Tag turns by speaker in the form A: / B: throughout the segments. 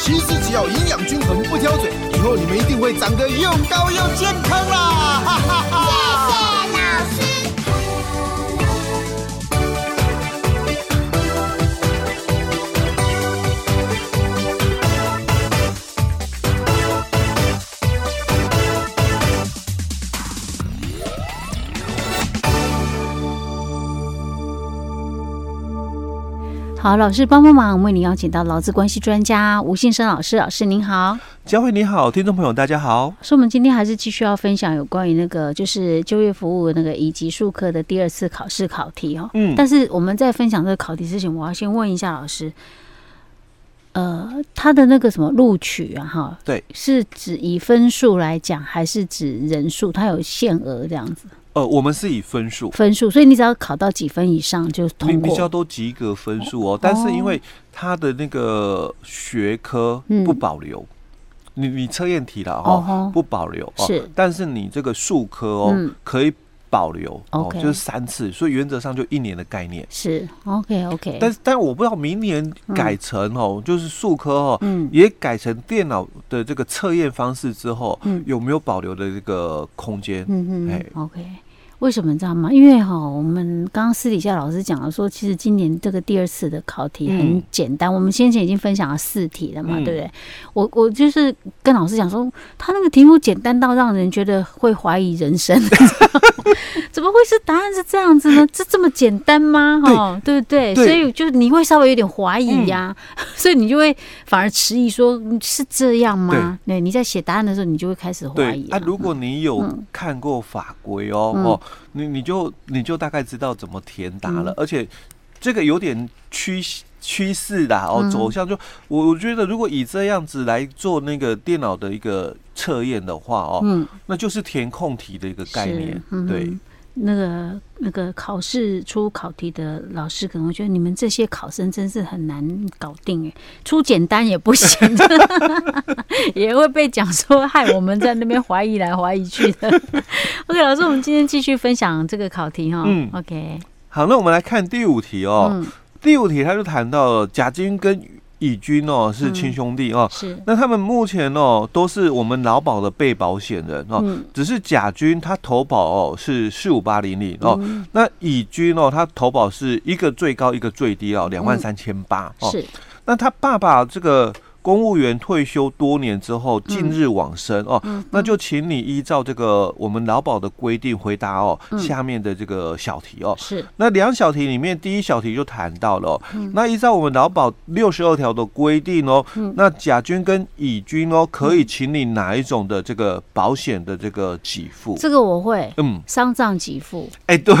A: 其实只要营养均衡，不挑嘴，以后你们一定会长得又高又健康啦！哈哈哈
B: 谢老师，
C: 好，老师帮帮忙，为您邀请到劳资关系专家吴信生老师。老师您好，
D: 佳慧你好，听众朋友大家好。
C: 所以我们今天还是继续要分享有关于那个就是就业服务那个以及数科的第二次考试考题哦。
D: 嗯
C: 但是我们在分享这个考题之前，我要先问一下老师，呃，他的那个什么录取啊，哈，
D: 对，
C: 是指以分数来讲，还是指人数？它有限额这样子
D: 呃，我们是以分数，
C: 分数，所以你只要考到几分以上就
D: 比
C: 通
D: 比较
C: 过。
D: 多及格分数哦，但是因为它的那个学科
C: 嗯
D: 不保留，你你测验题了
C: 哦
D: 哦
C: 吼，
D: 不保留哦，
C: 是
D: 但是你这个数科哦
C: 嗯
D: 可以保留哦，
C: OK
D: 就是三次，所以原则上就一年的概念。
C: 是，OK OK。
D: 但是但我不知道明年改成哦，就是数科哦，
C: 嗯
D: 也改成电脑的这个测验方式之后，
C: 嗯
D: 有没有保留的这个空间？
C: 嗯嗯
D: 哎
C: ，OK。为什么你知道吗？因为哈，我们刚刚私底下老师讲了说，其实今年这个第二次的考题很
D: 嗯
C: 简单，我们先前已经分享了四题了嘛，
D: 嗯
C: 对不对？我我就是跟老师讲说，他那个题目简单到让人觉得会怀疑人生， 你知道吗怎么会是答案是这样子呢？这这么简单吗？哈，对不对？
D: 对嗯
C: 所以就是你会稍微有点怀疑呀、所以你就会反而迟疑说，嗯是这样吗？对，你在写答案的时候，你就会开始怀
D: 对
C: 疑、，
D: 啊，如果你有
C: 嗯
D: 看过法规哦，
C: 嗯
D: 哦，你你就你就大概知道怎么填答了，
C: 嗯
D: 而且这个有点趋趋势啦，哦，
C: 嗯
D: 走向就我我觉得如果以这样子来做那个电脑的一个测验的话，哦，
C: 嗯。
D: 那就是填空题的一个概
C: 是
D: 念，
C: 嗯哼
D: 对，
C: 那个那个考试出考题的老师，可能会觉得你们这些考生真是很难搞定哎，出简单也 不行，也会被讲说害我们在那边怀疑来怀疑去 的。OK，老师，我们今天继续分享这个考题哈、
D: 嗯
C: OK，
D: 好，那我们来看第五题哦，
C: 嗯，
D: 第五题他就谈到了甲军跟乙军哦
C: 嗯
D: 是亲兄弟哦。
C: 是，
D: 那他们目前哦都是我们劳保的被保险人哦，
C: 嗯，
D: 只是甲军他投保哦是四五八零零哦，
C: 嗯
D: 那乙军哦他投保是一个最高一个最低哦两万三千八哦。
C: 嗯是，
D: 那他爸爸这个公务员退休多年之后近日往生哦，
C: 嗯，
D: 那就请你依照这个我们劳保的规定回答哦
C: 嗯
D: 下面的这个小题哦。
C: 是，
D: 那两小题里面，第一小题就谈到了哦、那依照我们劳保六十二条的规定哦，
C: 嗯
D: 那甲军跟乙军哦，可以请你哪一种的这个保险的这个给付？
C: 这个我会。
D: 嗯，
C: 丧葬给付，
D: 哎、对，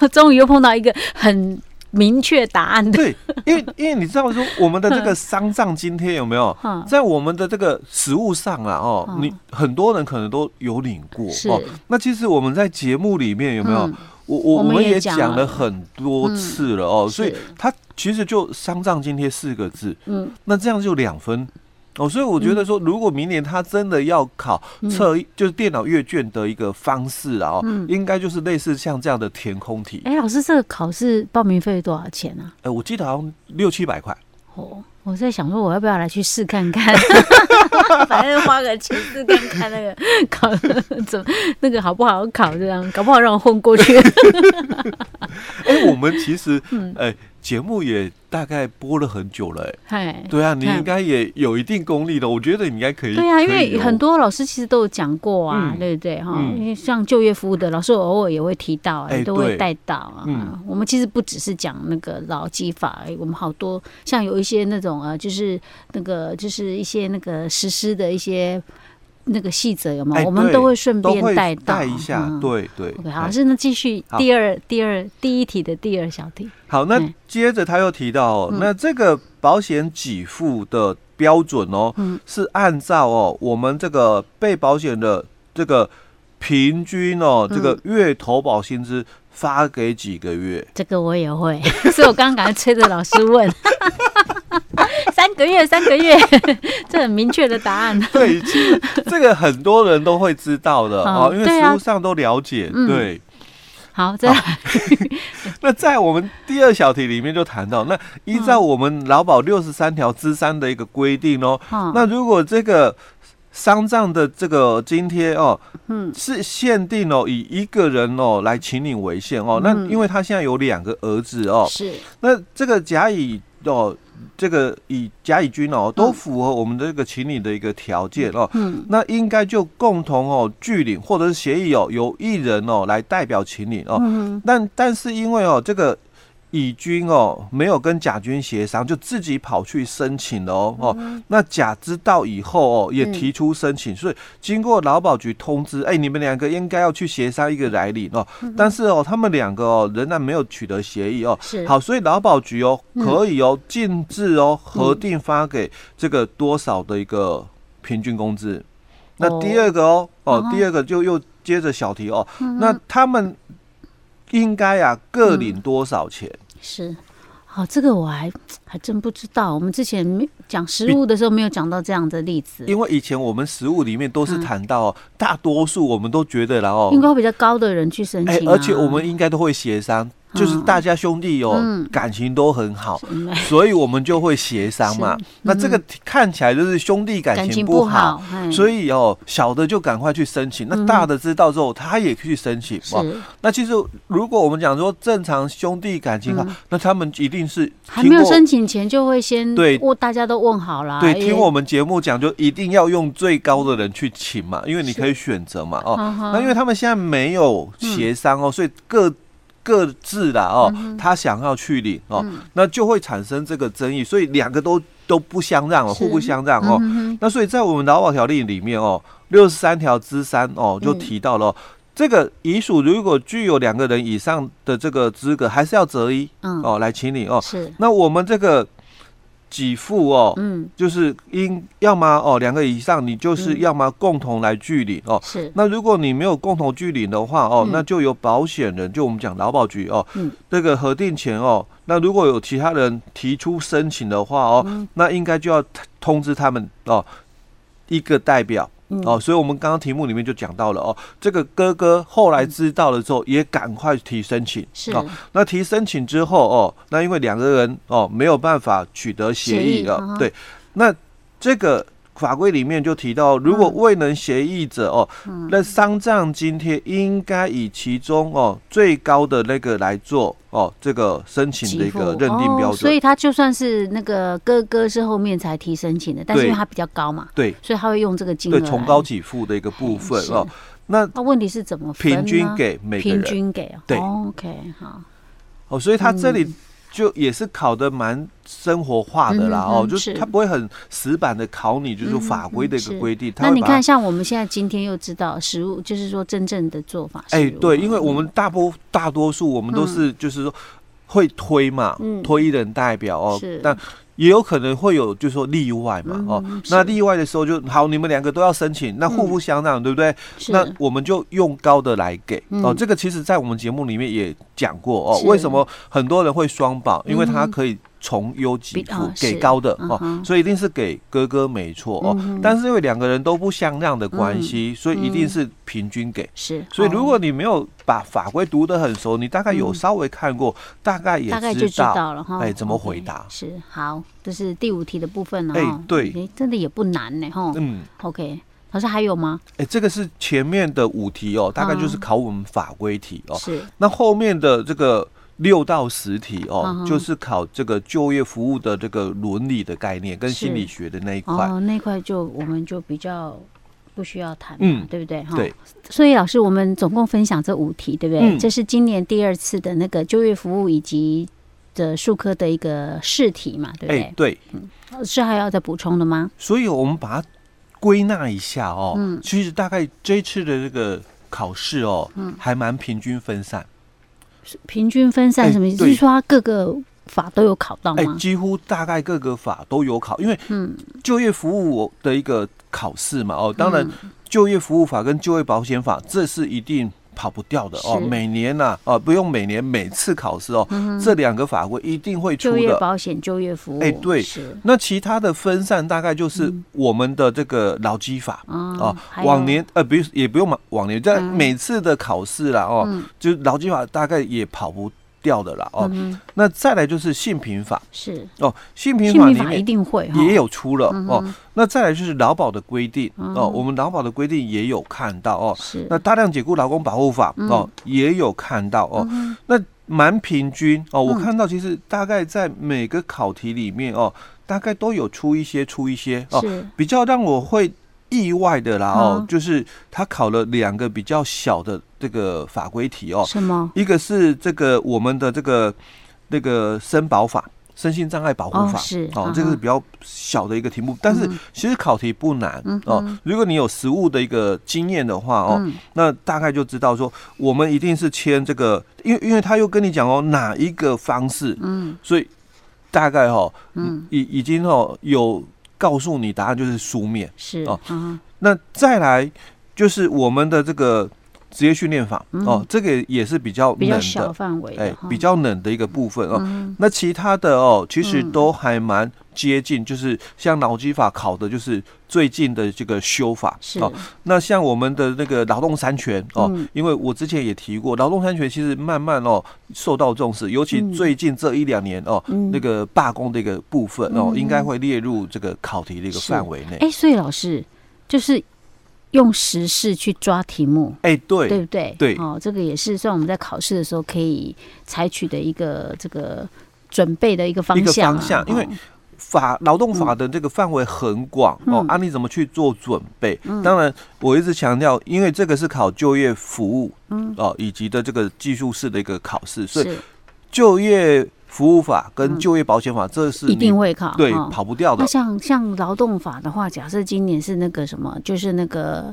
C: 又终于又碰到一个很明确答案的，
D: 对，因 为因为你知道说我们的这个丧葬津贴有没有
C: 嗯
D: 在我们的这个实物上啊哦，
C: 嗯
D: 你很多人可能都有领过
C: 是
D: 哦。那其实我们在节目里面有没有
C: 嗯？
D: 我我
C: 我
D: 我
C: 们
D: 们
C: 也
D: 也
C: 讲
D: 讲
C: 了
D: 了很多次了哦，
C: 嗯
D: 所以
C: 是
D: 它其实就丧葬津贴四个字，
C: 嗯，
D: 那这样就两分。哦，所以我觉得说，如果明年他真的要考测，就是电脑阅卷的一个方式啊，哦，
C: 嗯
D: 应该就是类似像这样的填空题。
C: 哎、老师，这个考试报名费多少钱啊？
D: 哎，我记得好像六七百块。
C: 哦，我在想说，我要不要来去试看看？ 反正花个钱试看看那个 考怎么那个好不好考，这样搞不好让我混过 去。
D: 哎、我们 其实，哎，节目也大概播了很久了、哎，
C: 嗯哎，
D: 对啊，你
C: 看
D: 应该也有一定功力的，我觉得你应该可以。
C: 对啊，因
D: 可以
C: 为
D: 哦
C: 很多老师其实都有讲过啊，
D: 嗯
C: 对不对哈？
D: 嗯
C: 因为像就业服务的老师，偶尔也会提到、啊，
D: 哎
C: 都会
D: 对
C: 带到啊。
D: 嗯
C: 我们其实不只是讲那个劳基法而已，我们好多像有一些那种呃，就是那个就是一些那个实施的一些那个细则有没有？
D: 哎
C: 我们
D: 对
C: 都会顺
D: 都
C: 便
D: 会
C: 带到
D: 带一下，。
C: 嗯
D: 对对。
C: OK，好，
D: 哎
C: 老师，那继续
D: 好
C: 第二、第二、第一题的第二小题，
D: 好，那
C: 嗯
D: 接着他又提到、哦，
C: 嗯
D: 那这个保险给付的标准哦，
C: 嗯
D: 是按照哦我们这个被保险的这个平均哦，
C: 嗯
D: 这个月投保薪资发给几个月？
C: 这个我也会， 所以我刚刚赶快催着老师问， 三个月，三个月， 这很明确的答案。
D: 对，其实这个很多人都会知道的
C: 好
D: 哦，因为
C: 对啊
D: 实物上都了解。
C: 嗯
D: 对，
C: 好，这
D: 那在我们第二小题里面就谈到，那依照我们劳保六十三条之三的一个规定哦，
C: 嗯
D: 那如果这个丧葬的这个津贴哦，
C: 嗯，
D: 是限定哦以一个人哦来请领为限哦，那
C: 嗯
D: 因为他现在有两个儿子哦，
C: 是
D: 那这个甲乙哦，这个乙甲乙君哦，都符合我们的这个请领的一个条件哦。
C: 嗯，
D: 那应该就共同哦拒领或者是协议哦，由一人哦来代表请领哦。
C: 嗯
D: 但但是因为哦这个乙军哦没有跟甲军协商，就自己跑去申请了哦哦。那甲知道以后哦也
C: 嗯
D: 提出申请，所以经过劳保局通知，哎，你们两个应该要去协商一个来领哦。
C: 嗯
D: 但是哦他们两个哦仍然没有取得协议哦。
C: 是
D: 好，所以劳保局哦
C: 嗯
D: 可以哦禁止哦核定发给这个多少的一个平均工资。那
C: 哦
D: 第二个哦
C: 嗯
D: 哦
C: 哼
D: 第二个就又接着小题哦，那他们应该啊各领多少钱？
C: 是。好，这个我还还真不知道。我们之前没讲食物的时候没有讲到这样的例子，
D: 因为以前我们实务里面都是谈到、哦，大多数我们都觉得然后
C: 嗯应该会比较高的人去申
D: 哦哎、
C: 请啊、
D: 而且我们应该都会协商，就是大家兄弟哦、
C: 嗯
D: 感情都很好。
C: 嗯
D: 所以我们就会协商嘛，那这个看起来就是兄弟感
C: 感
D: 情
C: 情
D: 不
C: 不
D: 好，
C: 好，哎
D: 所以哦，小的就赶快去申请，那大的知道之后，他也去申请
C: 嗯是
D: 嘛。那其实如果我们讲说正常兄弟感情好，那他们一定是
C: 嗯还
D: 听
C: 没有
D: 过
C: 申请前就会先
D: 对
C: 问大家都问好啦。
D: 对，
C: 哎
D: 听我们节目讲，就一定要用最高的人去请嘛，因为你可以选择嘛，哦，
C: 哈哈
D: 那因为他们现在没有协商
C: 嗯
D: 哦，所以各各自啦哦，他想要去领哦，
C: 嗯
D: 那就会产生这个争议，所以两个都都不相让哦，
C: 是
D: 互不相让哦。
C: 嗯哼
D: 那所以在我们劳保条例里面哦，六十三条之三
C: 嗯
D: 哦，就提到了哦、这个遗属如果具有两个人以上的这个资格，还是要择一
C: 嗯
D: 哦来请领哦。
C: 是
D: 那我们这个给付哦，
C: 嗯
D: 就是应要么哦两个以上，你就是要么共同来据理哦。
C: 是
D: 那如果你没有共同据理的话哦，
C: 嗯
D: 那就由保险人，就我们讲劳保局哦，
C: 嗯
D: 这个核定前哦，那如果有其他人提出申请的话哦，
C: 嗯
D: 那应该就要通知他们哦，一个代表。
C: 嗯
D: 哦，所以我们刚刚题目里面就讲到了哦，这个哥哥后来知道了之后，也赶快提申请。
C: 嗯是
D: 哦，那提申请之后哦，那因为两个人哦没有办法取得协
C: 协议
D: 议了，
C: 嗯哼
D: 对，那这个法规里面就提
C: 嗯
D: 到，如果未能协议者哦，那丧葬津贴应该以其中哦最高的那个来做哦这个申请的一
C: 给
D: 个
C: 付
D: 认定标
C: 哦所
D: 准，
C: 以他就算是那个哥哥是后面才提申请的，但是因
D: 对
C: 为他比较高嘛，
D: 对
C: 所以他会用这个金额
D: 对，
C: 来
D: 从高。给付的一个部分
C: 是
D: 哦，那
C: 那问题是怎么分呢
D: 平均给每个
C: 平
D: 人
C: 均给哦
D: 对
C: 哦，OK 好，
D: 哦，所以他这
C: 嗯
D: 里。就也是考的蛮生活化的啦，
C: 嗯嗯
D: 哦，
C: 嗯
D: 就是
C: 是
D: 他不会很死板的考你，就是
C: 嗯
D: 法规的一个
C: 是
D: 规定。他
C: 那
D: 会
C: 你
D: 把它
C: 看像我们现在今天又知道食物，就是说真正的做法是
D: 哎、
C: 如何，
D: 对，因为我
C: 嗯
D: 们大部大多数我们都是就是说会推嘛，
C: 嗯
D: 推一人代表哦
C: 是，
D: 但也有可能会有就是说例外嘛、
C: 嗯
D: 哦。
C: 是嗯
D: 那例外的时候就好，你们两个都要申请，那互不相让，对不对？
C: 是
D: 那我们就用高的来给、
C: 嗯
D: 哦。这个其实在我们节目里面也讲过哦
C: 是，
D: 为什么很多人会双保？因为
C: 嗯
D: 他可以。从优给
C: 比
D: 付、
C: 哦
D: 给
C: 是
D: 高的、
C: 嗯
D: 哦
C: 哼，
D: 所以一定是给哥哥没错哦、
C: 嗯哼
D: 但是因为两个人都不相让的关系、所以一定是平均给。
C: 是，
D: 所以，
C: 嗯
D: 如
C: 哦
D: 果你没有把法规读得很熟，你大概有
C: 嗯
D: 稍微看过，大概也
C: 大概就
D: 知
C: 知道了哈。
D: 哎怎么
C: OK，
D: 回答
C: 是好，这是第五题的部分了。
D: 哎
C: 哈
D: 对
C: 哎真的也不难呢哈。
D: 嗯，
C: OK，老师还有吗？
D: 哎、这个是前面的五题哦，大概就是
C: 嗯
D: 考我们法规题哦。
C: 是
D: 那后面的这个六到十题哦，
C: 嗯哼
D: 就是考这个就业服务的这个伦理的概念跟心理学的那一块。
C: 哦，那块就我们就比较不需要谈嘛，
D: 嗯
C: 对不对哈？
D: 对。
C: 所以老师，我们总共分享这五题，对不对？
D: 嗯
C: 这是今年第二次的那个就业服务以及的数科的一个试题嘛，对不
D: 哎、
C: 对？
D: 对，
C: 是还要再补充的吗？
D: 所以我们把它归纳一下哦。嗯，其实大概这一次的这个考试
C: 嗯
D: 哦，还蛮平均分散。
C: 平均分散
D: 哎
C: 什么意思？就
D: 对
C: 是说它各个法都有考到
D: 哎、
C: 吗？嗯
D: 几乎大概各个法都有考，因为就业服务的一个考试嘛，哦，当然
C: 嗯
D: 就业服务法跟就业保险法这是一定。跑不掉的哦，
C: 是嗯
D: 每年呐、啊，不用每年每次考试哦，这两个法规一定会出
C: 就业
D: 的。
C: 保险、就业服务，
D: 哎对
C: 是
D: 那其他的分散大概就是我们的这个劳基法，
C: 啊
D: 哦，
C: 嗯还，有
D: 往年呃，不是也不用往往年，在
C: 嗯
D: 每次的考试啦，哦，就是劳基法大概也跑不掉的啦，哦。
C: 嗯
D: 那再来就是性平法
C: 是
D: 哦，性平
C: 性
D: 法
C: 平
D: 里
C: 法一
D: 面
C: 定会哈，
D: 也有出了哦。那再来就是劳保的规定哦，
C: 嗯
D: 我们劳保的规定也有看到哦。
C: 是
D: 那大量解雇劳工保护法
C: 嗯
D: 哦也有看到哦，那蛮平均哦，
C: 嗯
D: 我看到其实大概在每个考题里面哦，大概都有出一些出一些哦，
C: 是
D: 比较让我会意外的啦哦
C: 嗯，
D: 就是他考了两个比较小的这个法规题哦，
C: 什么？
D: 一个是这个我们的这个那个申保法。身心障碍保护
C: 哦
D: 法
C: 是
D: 哦
C: 嗯，
D: 这个是
C: 哼
D: 比较小的一个题目，但是其实考题不难
C: 嗯
D: 哦。如果你有实务的一个经验的话哦，那大概就知道说我们一定是签这个，因为因为他又跟你讲哦哪一个方式，
C: 嗯
D: 所以大概哦，
C: 嗯，
D: 已已经哦有告诉你答案就是书面。
C: 是
D: 哦
C: 嗯
D: 那再来就是我们的这个职业训练法、哦
C: 嗯，
D: 这个也是比较
C: 比
D: 冷
C: 较小
D: 的，
C: 范围
D: 哎
C: 的，哈，
D: 比较冷的一个部分哦。
C: 嗯
D: 那其他的哦，其实
C: 嗯
D: 都还蛮接近，就是像劳基法考的，就是最近的这个修法
C: 是
D: 哦。那像我们的那个劳动三权哦，
C: 嗯
D: 因为我之前也提过，劳动三权其实慢慢哦受到重视，尤其
C: 嗯
D: 最近这一两年哦，
C: 嗯
D: 那个罢工的一个部分哦，
C: 嗯
D: 应该会列入这个考题的一个
C: 是
D: 范围内。
C: 哎，所以老师就是用时事去抓题目，
D: 哎、
C: 对不对？
D: 对
C: 哦，这个也是算我们在考试的时候可以采取的一个这个准备的一个方
D: 一个
C: 向啊、
D: 方向因为
C: 哦
D: 法劳动法的这个范围很广、哦
C: 嗯，
D: 啊，你怎么去做准备？当然，我一直强调，因为这个是考就业服务，嗯，哦，以及的这个技术式的一个考试，所以
C: 是嗯
D: 就业服务法跟就业保险法，这是
C: 一定
D: 你
C: 会考
D: 对
C: 哦
D: 跑不掉的
C: 那。像像劳动法的话，假设今年是那个什么，就是那个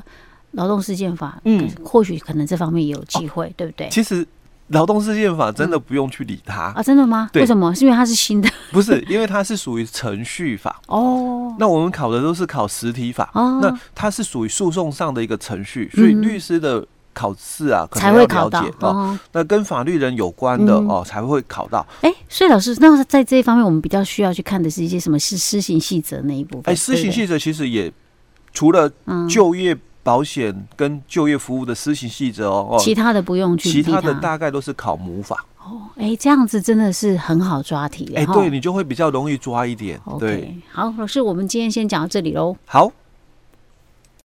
C: 劳动事件法，
D: 嗯，
C: 或许可能这方面也有机会，对不对？
D: 其实劳动事件法真的不用去理它，
C: 嗯啊，真的吗？
D: 对
C: 为什么？是因为它是新的
D: 不是因为它是属于程序法。
C: 哦，
D: 那我们考的都是考实体法，
C: 哦
D: 那它是属于诉讼上的一个程序，所以
C: 嗯
D: 律师的考试啊，可
C: 才
D: 能
C: 会
D: 要
C: 考
D: 了
C: 到
D: 解哦。
C: 哦。
D: 那跟法律人有关的、
C: 嗯
D: 哦，才会考到。
C: 哎，所以老师，那在这一方面，我们比较需要去看的是一些什么是施行细则那一部分？
D: 哎，施行
C: 对
D: 细则其实也除了
C: 不对嗯
D: 就业保险跟就业服务的施行细则哦，
C: 其
D: 哦，
C: 他的不用去
D: 其
C: 理
D: 他的
C: 它
D: 大概都是考母法。
C: 哎，这样子真的是很好抓题了
D: 哎，
C: 哈
D: 对你就会比较容易抓一点。对，
C: ，OK，好，老师，我们今天先讲到这里喽。
D: 好，